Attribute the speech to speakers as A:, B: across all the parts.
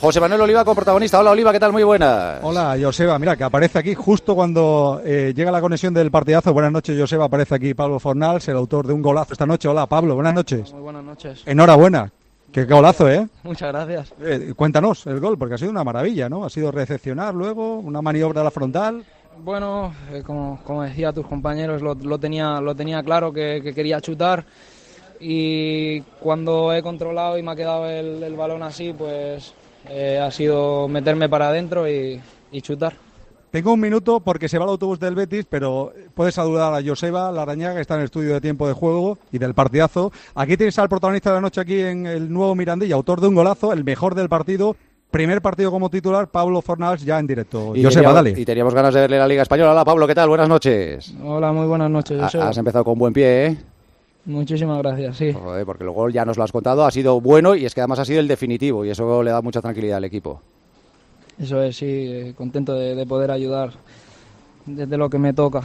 A: José Manuel Oliva, coprotagonista. Hola, Oliva, ¿qué tal? Muy buenas.
B: Hola, Joseba. Mira, que aparece aquí justo cuando eh, llega la conexión del partidazo. Buenas noches, Joseba. Aparece aquí Pablo Fornals, el autor de un golazo esta noche. Hola, Pablo. Buenas noches.
C: Muy buenas noches.
B: Enhorabuena. Qué golazo, ¿eh?
C: Muchas gracias.
B: Eh, Cuéntanos el gol, porque ha sido una maravilla, ¿no? Ha sido recepcionar luego, una maniobra a la frontal.
C: Bueno, eh, como, como decía tus compañeros, lo, lo tenía, lo tenía claro que, que quería chutar y cuando he controlado y me ha quedado el, el balón así, pues eh, ha sido meterme para adentro y, y chutar.
B: Tengo un minuto porque se va el autobús del Betis, pero puedes saludar a Joseba Larañaga, que está en el estudio de tiempo de juego y del partidazo. Aquí tienes al protagonista de la noche aquí en el nuevo Mirandilla, autor de un golazo, el mejor del partido, primer partido como titular, Pablo Fornals ya en directo.
A: Y
B: Joseba,
A: teníamos,
B: dale.
A: Y teníamos ganas de verle la Liga Española. Hola, Pablo, ¿qué tal? Buenas noches.
C: Hola, muy buenas noches,
A: Ha-
C: Joseba.
A: Ah, Has em- empezado con buen pie, ¿eh?
C: Muchísimas gracias, sí.
A: Joder, porque el gol ya nos lo has contado, ha sido bueno y es que además ha sido el definitivo y eso le da mucha tranquilidad al equipo.
C: Eso es, sí, eh, contento de, de poder ayudar desde lo que me toca.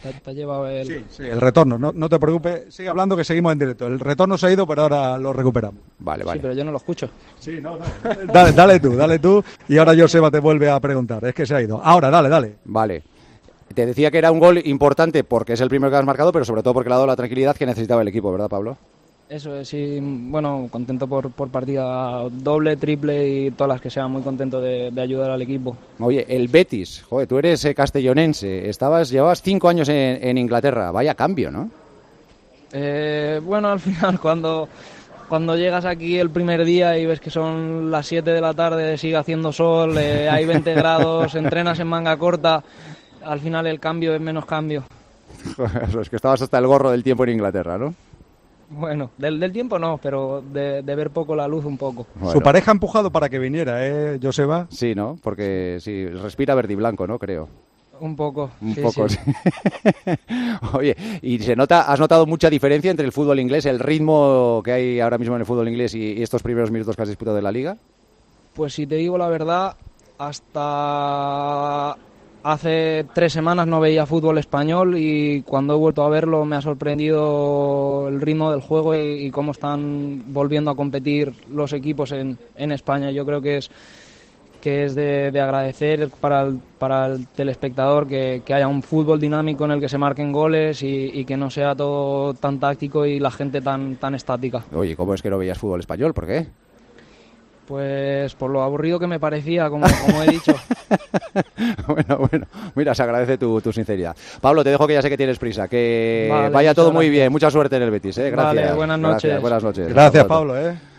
C: Te, te ha llevado el...
B: Sí, sí, el retorno, no, no te preocupes, sigue hablando que seguimos en directo. El retorno se ha ido, pero ahora lo recuperamos.
A: Vale,
C: Sí,
A: vale.
C: pero yo no lo escucho.
B: Dale, dale tú, dale tú. Y ahora Joseba te vuelve a preguntar, es que se ha ido. Ahora, dale, dale.
A: Vale. Te decía que era un gol importante porque es el primero que has marcado, pero sobre todo porque le ha dado la tranquilidad que necesitaba el equipo, ¿verdad, Pablo?
C: Eso es, sí, bueno, contento por, por partida doble, triple y todas las que sean, muy contento de- de ayudar al equipo.
A: Oye, el Betis, joder, tú eres eh, castellonense, estabas, llevabas cinco años en, en Inglaterra, vaya cambio, ¿no?
C: Eh, bueno, al final, cuando, cuando llegas aquí el primer día y ves que son las 7 de la tarde, sigue haciendo sol, eh, hay 20 grados, entrenas en manga corta, al final el cambio es menos cambio.
A: es que estabas hasta el gorro del tiempo en Inglaterra, ¿no?
C: Bueno, del, del tiempo no, pero de, de ver poco la luz un poco.
A: Bueno,
B: Su pareja ha empujado para que viniera, ¿eh, Joseba?
A: Sí, ¿no? Porque sí, respira verde y blanco, ¿no? Creo.
C: Un poco.
A: Un
C: sí,
A: poco,
C: sí.
A: sí. Oye, y se nota, ¿has notado mucha diferencia entre el fútbol inglés, el ritmo que hay ahora mismo en el fútbol inglés y, y estos primeros minutos que has disputado de la liga?
C: Pues si te digo la verdad, hasta hace tres semanas no veía fútbol español y cuando he vuelto a verlo me ha sorprendido el ritmo del juego y, y cómo están volviendo a competir los equipos en, en España. Yo creo que es que es de, de agradecer para el, para el telespectador que, que haya un fútbol dinámico en el que se marquen goles y, y que no sea todo tan táctico y la gente tan, tan estática.
A: Oye, ¿cómo es que no veías fútbol español? ¿Por qué?
C: Pues por lo aburrido que me parecía, como, como he dicho.
A: bueno, bueno, mira, se agradece tu, tu sinceridad. Pablo, te dejo que ya sé que tienes prisa, que
C: Vale,
A: vaya todo
C: muchas
A: muy
C: gracias.
A: bien, mucha suerte en el Betis, ¿eh? Gracias.
C: Vale, buenas
A: gracias,
C: noches.
A: buenas noches.
B: Gracias,
A: Hasta pronto.
B: Pablo, ¿eh?